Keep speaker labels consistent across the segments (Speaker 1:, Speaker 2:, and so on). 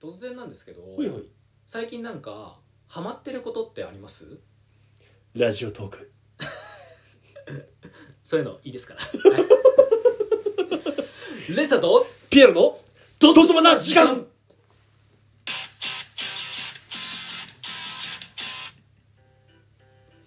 Speaker 1: 突然なんですけど
Speaker 2: ほいほい
Speaker 1: 最近なんかハマってることってあります
Speaker 2: ラジオトーク
Speaker 1: そういうのいいですから レッサーと
Speaker 2: ピエロの
Speaker 1: ど
Speaker 2: どつまな時間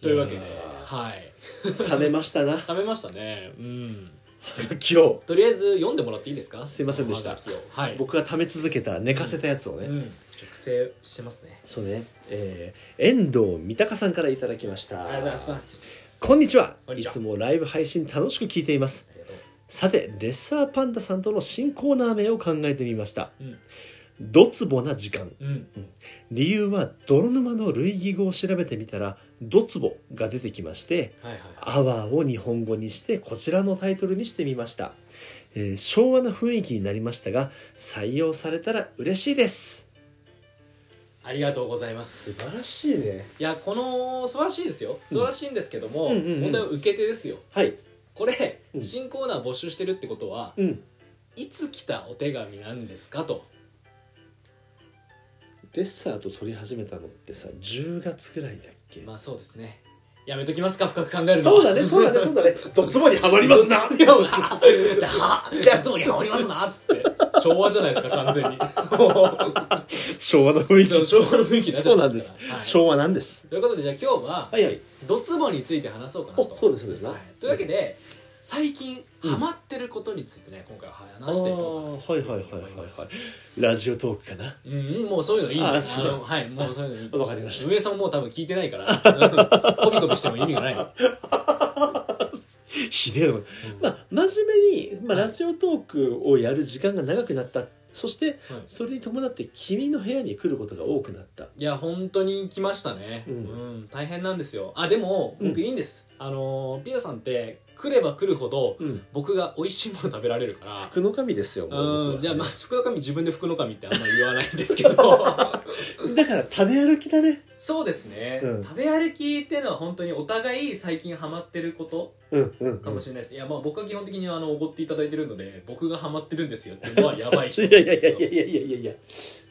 Speaker 1: というわけで
Speaker 2: いや
Speaker 1: はい
Speaker 2: ためましたな
Speaker 1: 食べましたねうん
Speaker 2: 今日
Speaker 1: とりあえず読んでもらっていいですか
Speaker 2: すいませんでした
Speaker 1: おはがきをはい
Speaker 2: 僕がため続けた寝かせたやつをね、
Speaker 1: うん熟成してますね
Speaker 2: そうねえー、遠藤三鷹さんからいただきました
Speaker 1: ありがとうございます
Speaker 2: こんにちは
Speaker 1: こんにちはい
Speaker 2: つもライブ配信楽しく聞いています
Speaker 1: ありがとう
Speaker 2: さてレッサーパンダさんとの新コーナー名を考えてみました
Speaker 1: うん
Speaker 2: ドツボな時間
Speaker 1: うん
Speaker 2: 理由は泥沼の類義語を調べてみたらドツボが出てきまして
Speaker 1: はいはい
Speaker 2: アワーを日本語にしてこちらのタイトルにしてみました、えー昭和な雰囲気になりましたが採用されたら嬉しいです
Speaker 1: ありがとうございます
Speaker 2: 素晴らしいね
Speaker 1: いやこの素晴らしいですよ素晴らしいんですけども、
Speaker 2: うんうんうんうん
Speaker 1: 問題は受け手ですよ
Speaker 2: はい
Speaker 1: これ、
Speaker 2: うん
Speaker 1: 新コーナー募集してるってことは
Speaker 2: うん
Speaker 1: いつ来たお手紙なんですかと
Speaker 2: レッサーと撮り始めたのってさ10月ぐらいだっけ、
Speaker 1: まあそうですねやめときますか深く考えるのは
Speaker 2: そうだねそうだねそうだねドツボにはまります な
Speaker 1: いやははいやつもにはまりますなっつって昭和じゃないですか完全にもう
Speaker 2: 昭和の雰囲
Speaker 1: そう
Speaker 2: 気
Speaker 1: 昭和の雰囲気になっち
Speaker 2: そ
Speaker 1: ゃって
Speaker 2: うな
Speaker 1: ま
Speaker 2: んです、
Speaker 1: からはい
Speaker 2: 昭和なんです
Speaker 1: ということでじゃあ今日は
Speaker 2: はいはい
Speaker 1: ドツボについて話そうかなと
Speaker 2: おそうですそうですな、
Speaker 1: はい、というわけで最近
Speaker 2: うん
Speaker 1: ハマってることについてね今回は
Speaker 2: あ
Speaker 1: 話していこうかなと
Speaker 2: ーはいはいはいはいはいラジオトークかな
Speaker 1: うん、もうそういうのいいんだ
Speaker 2: あそうだ
Speaker 1: のはい、もうそういうのいい。
Speaker 2: わかりました
Speaker 1: 上さんもう多分聞いてないから、 うんコピコピしても意味がない。
Speaker 2: ひでえのまあ真面目に、まあ、ラジオトークをやる時間が長くなったそして
Speaker 1: はい
Speaker 2: それに伴って君の部屋に来ることが多くなった
Speaker 1: いや、本当に来ましたね。う
Speaker 2: うんん、
Speaker 1: 大変なんですよ。あ、でも、
Speaker 2: うん
Speaker 1: 僕いいんです。あのー、ピオさんって、来れば来るほど、
Speaker 2: うん
Speaker 1: 僕が美味しいもの食べられる から、
Speaker 2: 福の神ですよもう僕は
Speaker 1: うん、じゃあ、まあ、福の神自分で福の神ってあんまり言わないんですけど、
Speaker 2: だから食べ歩きだね
Speaker 1: そうですね、
Speaker 2: うん
Speaker 1: 食べ歩きっていうのは本当にお互い最近ハマってること
Speaker 2: うんうん、
Speaker 1: か
Speaker 2: う
Speaker 1: も
Speaker 2: ん
Speaker 1: しれないです、いやまあ僕は基本的にあのおごっていただいてるので僕がハマってるんですよっていうのはや ばい人
Speaker 2: いやいやいやいやいやいやいやいや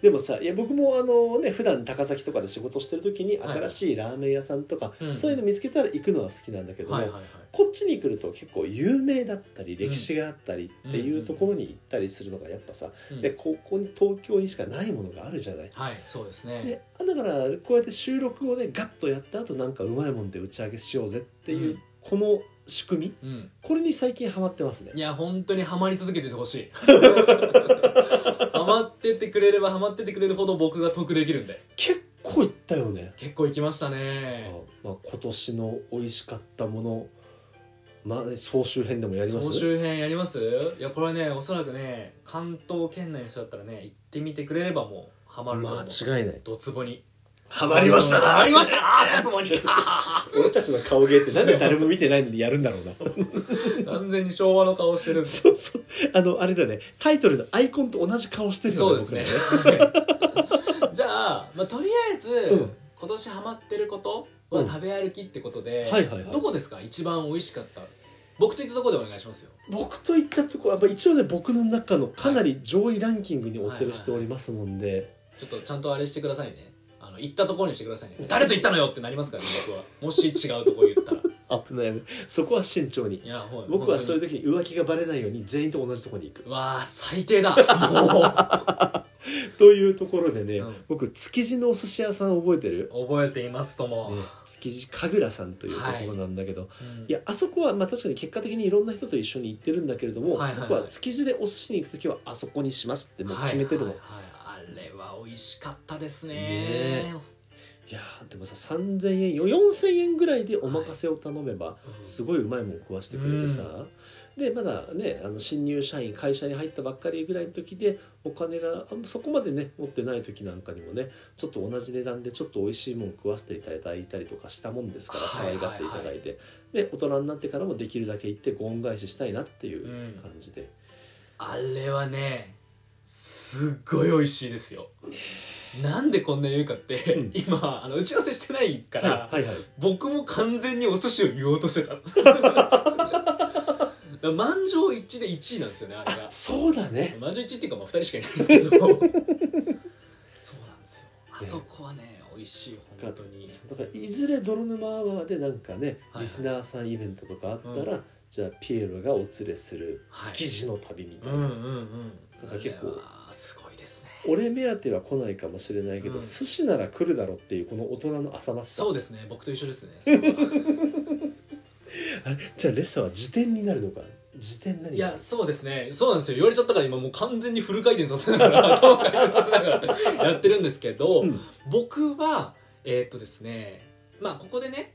Speaker 2: でもさいや僕もあのね普段高崎とかで仕事してる時に
Speaker 1: はい
Speaker 2: 新しいラーメン屋さんとか、
Speaker 1: うん
Speaker 2: そういうの見つけたら行くのは好きなんだけども、
Speaker 1: はいはいはい
Speaker 2: こっちに来ると結構有名だったり歴史があったりっていうところに行ったりするのがやっぱさ、
Speaker 1: うん
Speaker 2: でここに東京にしかないものがあるじゃない。
Speaker 1: はいそうですね
Speaker 2: であだからこうやって収録をねガッとやった後なんかうまいもんで打ち上げしようぜってい
Speaker 1: う
Speaker 2: う、
Speaker 1: ん
Speaker 2: この仕組み
Speaker 1: うん
Speaker 2: これに最近ハマってますね
Speaker 1: い。や本当にハマり続けててほし いハマってってくれればハマってってくれるほど僕が得できるんで
Speaker 2: 結構行ったよね。
Speaker 1: 結構行きました
Speaker 2: あ
Speaker 1: ね
Speaker 2: まあ、今年の美味しかったもの、まあね、総集編でもやりま
Speaker 1: 総
Speaker 2: す
Speaker 1: 集編やりますいやこれはねおそらくね関東圏内の人だったらね行ってみてくれればもうハマると思う
Speaker 2: 間違いない。
Speaker 1: ドツボに
Speaker 2: ハ
Speaker 1: ハ
Speaker 2: マりました
Speaker 1: ハマ
Speaker 2: な
Speaker 1: りましたなドツボに
Speaker 2: 俺たちの顔芸ってなんで誰も見てないのにやるんだろうな。
Speaker 1: 完全に昭和の顔してるんで
Speaker 2: そうそう。あの、あれだね。タイトルのアイコンと同じ顔してるよ
Speaker 1: そうですね
Speaker 2: 僕ら。
Speaker 1: じゃあ、まあ、とりあえず、
Speaker 2: うん
Speaker 1: 今年ハマってることは
Speaker 2: うん
Speaker 1: 食べ歩きってことで、
Speaker 2: はいはいはい
Speaker 1: どこですか一番美味しかった僕といったところでお願いしますよ
Speaker 2: 僕といったとこ、あまあ一応ね、僕の中のかなり上位ランキングにお連れしておりますもんで。
Speaker 1: ちょっとちゃんとあれしてくださいねあの行ったところにしてくださいね誰と行ったのよってなりますからね僕はもし違うところ言 ったら
Speaker 2: アップのやつそこは慎重に
Speaker 1: い。やほん
Speaker 2: 僕はそういう
Speaker 1: 本
Speaker 2: 時に浮気がバレないように全員と同じところに行
Speaker 1: 当
Speaker 2: く。
Speaker 1: にうわあ最低だも
Speaker 2: というところでね、
Speaker 1: うん
Speaker 2: 僕、築地のお寿司屋さん覚えてる、
Speaker 1: う覚えていますとも、
Speaker 2: ね築地神楽さんというところなんだけど、
Speaker 1: うん
Speaker 2: いやあそこはまあ確かに結果的にいろんな人と一緒に行ってるんだけれども、
Speaker 1: はいはいはい
Speaker 2: 僕は築地でお寿司に行く時はあそこにしますってもう決めてるの、
Speaker 1: はいはいはいあれは美味しかったですね
Speaker 2: ねいやーでもさ3000円よ4000円ぐらいでお任せを頼めば
Speaker 1: うん
Speaker 2: すごいうまいもん食わしてくれてさ、でまだねあの新入社員会社に入ったばっかりぐらいの時でお金があんまそこまでね持ってない時なんかにもねちょっと同じ値段でちょっと美味しいもん食わせていただいたりとかしたもんですから
Speaker 1: は
Speaker 2: 可
Speaker 1: い
Speaker 2: 愛がっていただいて、で大人になってからもできるだけ行ってご恩返ししたいなっていう
Speaker 1: うん
Speaker 2: 感じで、
Speaker 1: あれはねすっごい美味しいですよなんでこんな言うかって、
Speaker 2: うん
Speaker 1: 今あの打ち合わせしてないから、
Speaker 2: はいはいはい
Speaker 1: 僕も完全にお寿司を言おうとして ただから満場一致で1位なんですよねあれ
Speaker 2: あ
Speaker 1: が
Speaker 2: そうだね
Speaker 1: 満場一致っていうかまあ2人しかいないんですけどはね美味しい
Speaker 2: が
Speaker 1: 本当に
Speaker 2: そうだからいずれ泥沼アワーでなんかね、
Speaker 1: はい
Speaker 2: リスナーさんイベントとかあったら、
Speaker 1: う
Speaker 2: じゃあピエロがお連れする
Speaker 1: はい
Speaker 2: 築地の旅みた
Speaker 1: う
Speaker 2: い
Speaker 1: ん
Speaker 2: な、
Speaker 1: うんうん
Speaker 2: なんか結構
Speaker 1: これはすごいですね
Speaker 2: 俺目当ては来ないかもしれないけど、
Speaker 1: うん
Speaker 2: 寿司なら来るだろうっていうこの大人の浅ましさ
Speaker 1: そうですね僕と一緒ですねそれは
Speaker 2: あれじゃあレッサーは辞典になるのか辞典何
Speaker 1: いやそうですねそうなんですよ言われちゃったから今もう完全にフル回転させながら頭回転させながらやってるんですけど、
Speaker 2: うん
Speaker 1: 僕はえーっとですねまあここでね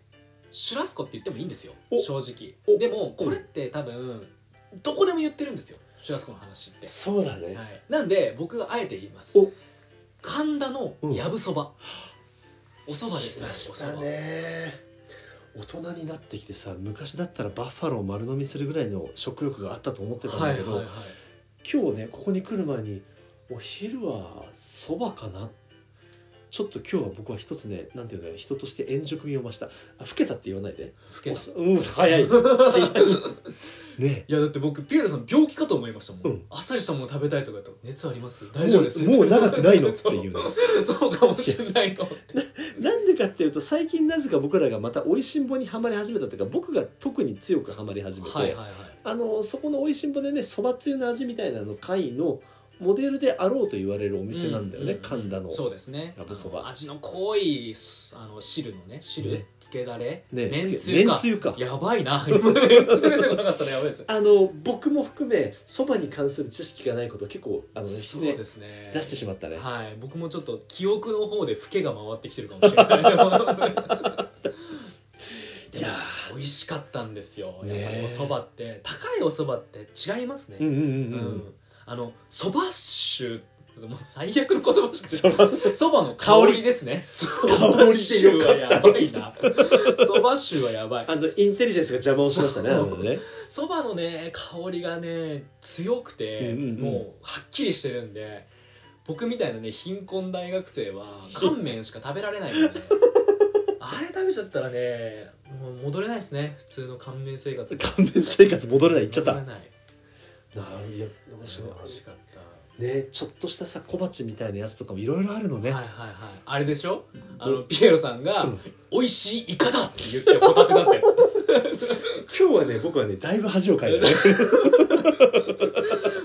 Speaker 1: シュラスコって言ってもいいんですよ
Speaker 2: お
Speaker 1: 正
Speaker 2: お
Speaker 1: 直でもこれって多分どこでも言ってるんですよシュラスコの話って
Speaker 2: そうだね、
Speaker 1: はい、なんで僕があえて言います
Speaker 2: お
Speaker 1: 神田のやぶそば、おそばです
Speaker 2: 来まし
Speaker 1: お
Speaker 2: た
Speaker 1: 蕎麦
Speaker 2: ね大人になってきてさ昔だったらバッファローを丸飲みするぐらいの食欲があったと思ってたん
Speaker 1: はい
Speaker 2: だ
Speaker 1: は
Speaker 2: け
Speaker 1: い
Speaker 2: ど、
Speaker 1: はい
Speaker 2: 今日ねここに来る前にお昼はそばかなちょっと今日は僕は一つねなんていうのかな人として円熟味を増したあ老けたって言わないで
Speaker 1: 老けた
Speaker 2: おそうん早い ね
Speaker 1: いやだって僕ピエロさん病気かと思いましたもん、
Speaker 2: うん
Speaker 1: あっさりしたもの食べたいとか言ったら熱あります
Speaker 2: も
Speaker 1: 大丈夫です
Speaker 2: うもう長くないのって
Speaker 1: そ
Speaker 2: いうね
Speaker 1: そうかもしれないと思って
Speaker 2: なんでかっていうと最近なぜか僕らがまた「おいしんぼ」にはまり始めたというか僕が特に強くはまり始めて、
Speaker 1: はいはいはい
Speaker 2: あのそこの「おいしんぼ」でねそばつゆの味みたいなの会のモデルであろうと言われるお店なんだよね、
Speaker 1: ううう
Speaker 2: 神田の
Speaker 1: そうですね
Speaker 2: やぶそ
Speaker 1: あ
Speaker 2: ば
Speaker 1: の味の濃いあの汁のね汁
Speaker 2: ね
Speaker 1: つけだれ、
Speaker 2: ね
Speaker 1: めんつゆ
Speaker 2: めん
Speaker 1: か
Speaker 2: つゆか
Speaker 1: やばい な今めんつゆ出てこなかったらやばいです
Speaker 2: あの僕も含めそばに関する知識がないことを結構あの、ね
Speaker 1: そうですね
Speaker 2: 出してしまったね、
Speaker 1: はい、僕もちょっと記憶の方でフケが回ってきてるかもしれないで も
Speaker 2: いや
Speaker 1: 美味しかったんですよ
Speaker 2: ねえ
Speaker 1: やっぱりおそばって高いおそばって違いますね
Speaker 2: ーうんう
Speaker 1: う
Speaker 2: んうんうん
Speaker 1: んあのそば酒もう最悪の言葉しか
Speaker 2: そば
Speaker 1: そばの香りですねそば酒はやばいなそば酒はやばい
Speaker 2: あのインテリジェンスが邪魔をしましたねあ
Speaker 1: そう
Speaker 2: のね
Speaker 1: そばのね香りがね強くて、
Speaker 2: うんうんうん
Speaker 1: もうはっきりしてるんで僕みたいなね貧困大学生 は乾麺しか食べられないんで、ね、あれ食べちゃったらねもう戻れないですね普通の乾麺生活
Speaker 2: 勘弁生活戻れない行っちゃった
Speaker 1: 戻
Speaker 2: な
Speaker 1: れない
Speaker 2: あいや面白い
Speaker 1: 美味しかった、
Speaker 2: ねちょっとしたさ小鉢みたいなやつとかもいろいろあるのね、
Speaker 1: はいはいはいあれでしょあのピエロさんが、
Speaker 2: うん
Speaker 1: 美味しいイカだって言ってホタテだったやつ
Speaker 2: 今日はね僕はねだいぶ恥を かいたね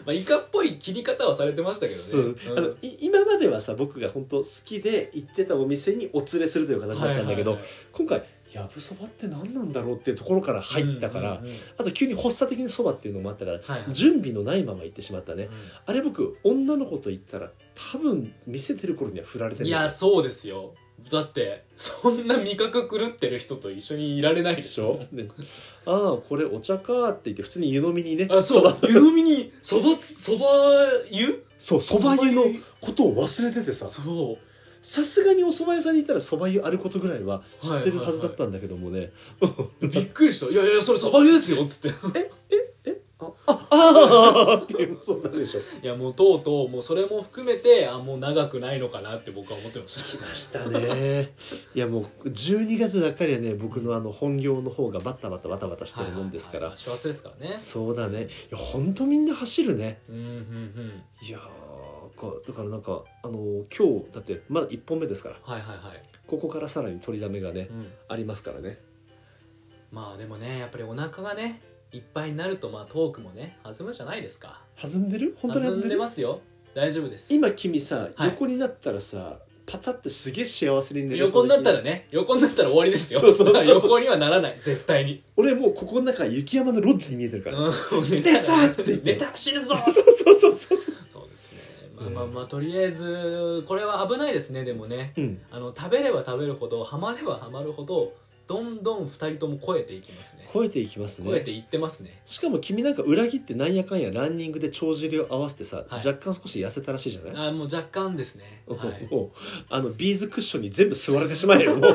Speaker 1: まあイカっぽい切り方はされてましたけ
Speaker 2: そ
Speaker 1: どね
Speaker 2: うあのい今まではさ僕が本当好きで行ってたお店にお連れするという形だったんだけど、
Speaker 1: はいはいはい
Speaker 2: 今回やぶそばって何なんだろうっていうところから入ったから、
Speaker 1: うんうんうん
Speaker 2: あと急に発作的にそばっていうのもあったから、
Speaker 1: はいはい
Speaker 2: 準備のないまま行ってしまったね、
Speaker 1: うん
Speaker 2: あれ僕女の子と言ったら多分見せてる頃には振られてる
Speaker 1: いやそうですよだってそんな味覚狂ってる人と一緒にいられない
Speaker 2: で
Speaker 1: でし
Speaker 2: し
Speaker 1: ょ
Speaker 2: ょ、ね、ああこれお茶かーって言って普通に湯飲みにね
Speaker 1: あそ
Speaker 2: ば
Speaker 1: う湯飲みにそばつそば湯
Speaker 2: そうそば湯のことを忘れててさ
Speaker 1: そう
Speaker 2: さすがにお蕎麦屋さんにいたらそば湯あることぐらいは知ってるはずだったんだけどもね、
Speaker 1: びっくりした「いやいやそれそば湯ですよ」っつって
Speaker 2: ああーっていうそうなんでしょ
Speaker 1: いやもうとうとうもうそれも含めてあもう長くないのかなって僕は思ってまし
Speaker 2: 来ましたねいやもう12月ばっかりはね僕のあの本業の方がバタバタバタバタしたてるもんですから、
Speaker 1: はいはいはい幸せですからね
Speaker 2: そうだねいやほんとみんな走るね
Speaker 1: うんうんうん
Speaker 2: いやーかだからなんかあのー今日だってまだ1本目ですから
Speaker 1: はいはいはい、
Speaker 2: ここからさらに取りだめがね
Speaker 1: うん、
Speaker 2: ありますからね
Speaker 1: まあでもねやっぱりお腹がねいっぱいになるとまあトークもね弾むじゃないですか
Speaker 2: 弾んでる本当に
Speaker 1: 弾
Speaker 2: 弾ん
Speaker 1: ん
Speaker 2: で
Speaker 1: で
Speaker 2: る
Speaker 1: ますよ大丈夫です
Speaker 2: 今君さ、
Speaker 1: はい
Speaker 2: 横になったらさパタってすげえ幸せに寝れそ
Speaker 1: 横
Speaker 2: う
Speaker 1: にな
Speaker 2: な気
Speaker 1: ったらね横になったら終わりですよ
Speaker 2: そうそうそう
Speaker 1: だから横にはならない絶対に
Speaker 2: 俺もうここの中雪山のロッジに見えてるから、
Speaker 1: 寝
Speaker 2: 寝たら
Speaker 1: 寝たら死ぬぞ
Speaker 2: そうそうそうそうそう
Speaker 1: そうですねまあまあまあとりあえずこれは危ないですねでもね
Speaker 2: うん
Speaker 1: あの食べれば食べるほどハマればハマるほどどんどん2人とも超えていきますね
Speaker 2: 超えていきます
Speaker 1: 超え
Speaker 2: ね
Speaker 1: ていってますね
Speaker 2: しかも君なんか裏切ってなんやかんやランニングで帳尻を合わせてさ、
Speaker 1: はい
Speaker 2: 若干少し痩せたらしいじゃない
Speaker 1: あもう若干ですね
Speaker 2: おう
Speaker 1: はい
Speaker 2: おうあのビーズクッションに全部吸われてしまえよもう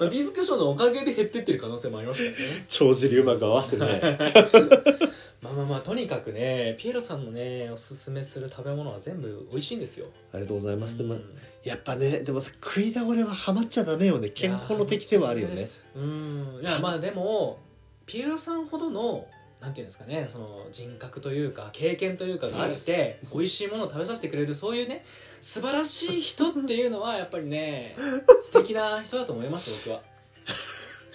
Speaker 1: まあビーズクッションのおかげで減ってってる可能性もありますからね
Speaker 2: 帳尻うまく合わせてね
Speaker 1: まあまあまあとにかくねピエロさんのねおすすめする食べ物は全部美味しいんですよ
Speaker 2: ありがとうございます。でも
Speaker 1: うん
Speaker 2: やっぱね、でもさ食い倒れはハマっちゃダメよね。健康の敵ではあるよ
Speaker 1: いや
Speaker 2: ね
Speaker 1: ー。。本当ですうん。いやまあでもピエロさんほどのなんていうんですかねその人格というか経験というかがあって美味しいものを食べさせてくれるそういう ね素晴らしい人っていうのはやっぱりね素敵な人だと思います僕は。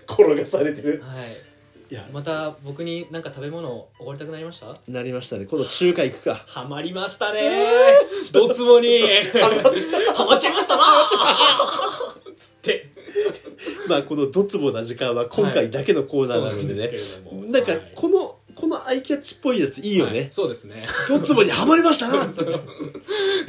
Speaker 2: 転がされてる
Speaker 1: はい、
Speaker 2: いや
Speaker 1: また僕に何か食べ物をおごりたくなりました
Speaker 2: なりましたね今度中華行くか
Speaker 1: ハマりましたねどつぼに ハマっちゃいましたなつって
Speaker 2: まあこのドツボな時間は今回だけのコーナーなので
Speaker 1: そ
Speaker 2: ね、
Speaker 1: うですけれども
Speaker 2: なんか
Speaker 1: はい
Speaker 2: この、このアイキャッチっぽいやついいよ
Speaker 1: は
Speaker 2: ね、
Speaker 1: そうですね
Speaker 2: ドツボにはまりましたなって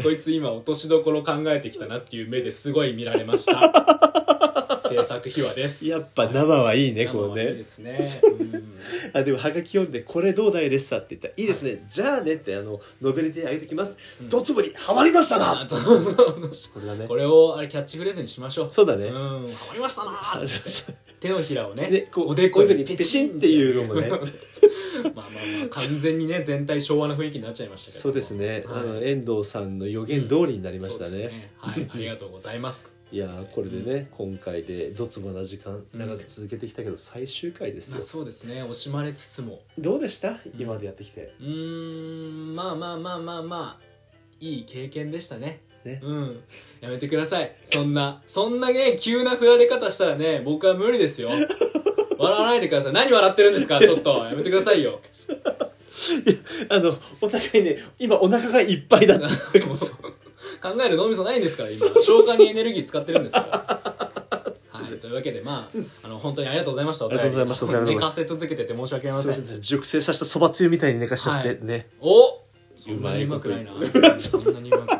Speaker 1: こいつ今落としどころ考えてきたなっていう目ですごい見られました 制作秘話です
Speaker 2: やっぱ生はいいね、
Speaker 1: 生
Speaker 2: こう
Speaker 1: はいい
Speaker 2: ね
Speaker 1: ですねうん
Speaker 2: あでもはがき読んで「これどうだいレッサー」って言ったら「いいですね、じゃあね」ってあのノベルティあげてきます、ドツボにはまりましたな、
Speaker 1: あと
Speaker 2: これだね
Speaker 1: これをあれキャッチフレーズにしましょう
Speaker 2: そうだね
Speaker 1: うんハマりましたなーって手のひらをね
Speaker 2: でこう
Speaker 1: おでこ
Speaker 2: こういう
Speaker 1: に
Speaker 2: ふうにペチンっていうのもね
Speaker 1: まあ まあまあ完全にね全体昭和の雰囲気になっちゃいましたけども
Speaker 2: そうですね、
Speaker 1: はい
Speaker 2: あの遠藤さんの予言通りになりました
Speaker 1: そう
Speaker 2: ね,、
Speaker 1: です はいありがとうございます
Speaker 2: いやーこれでね、今回でドツボな時間長く続けてきたけど最終回です
Speaker 1: ま
Speaker 2: よ、
Speaker 1: あそうですね惜しまれつつも
Speaker 2: どうでした今までやってきて、
Speaker 1: うーんまあまあまあまあまあいい経験でしたね
Speaker 2: ね
Speaker 1: うんやめてくださいそんなそんなね急な振られ方したらね僕は無理ですよ笑わないでください何笑ってるんですかちょっとやめてくださいよ
Speaker 2: あのお互いね今お腹がいっぱいだった
Speaker 1: もう考える脳みそないんですから今消化にエネルギー使ってるんですからはいというわけでまああの本当にありがとうございましたあ
Speaker 2: りがとうございましたお便り
Speaker 1: 寝かせ続けてて申し訳ありますせ
Speaker 2: いませ
Speaker 1: ん
Speaker 2: ん熟成させたそばつゆみたいに寝かしちゃってね、
Speaker 1: おそ
Speaker 2: うん
Speaker 1: なにうまくないなそんなにうまくない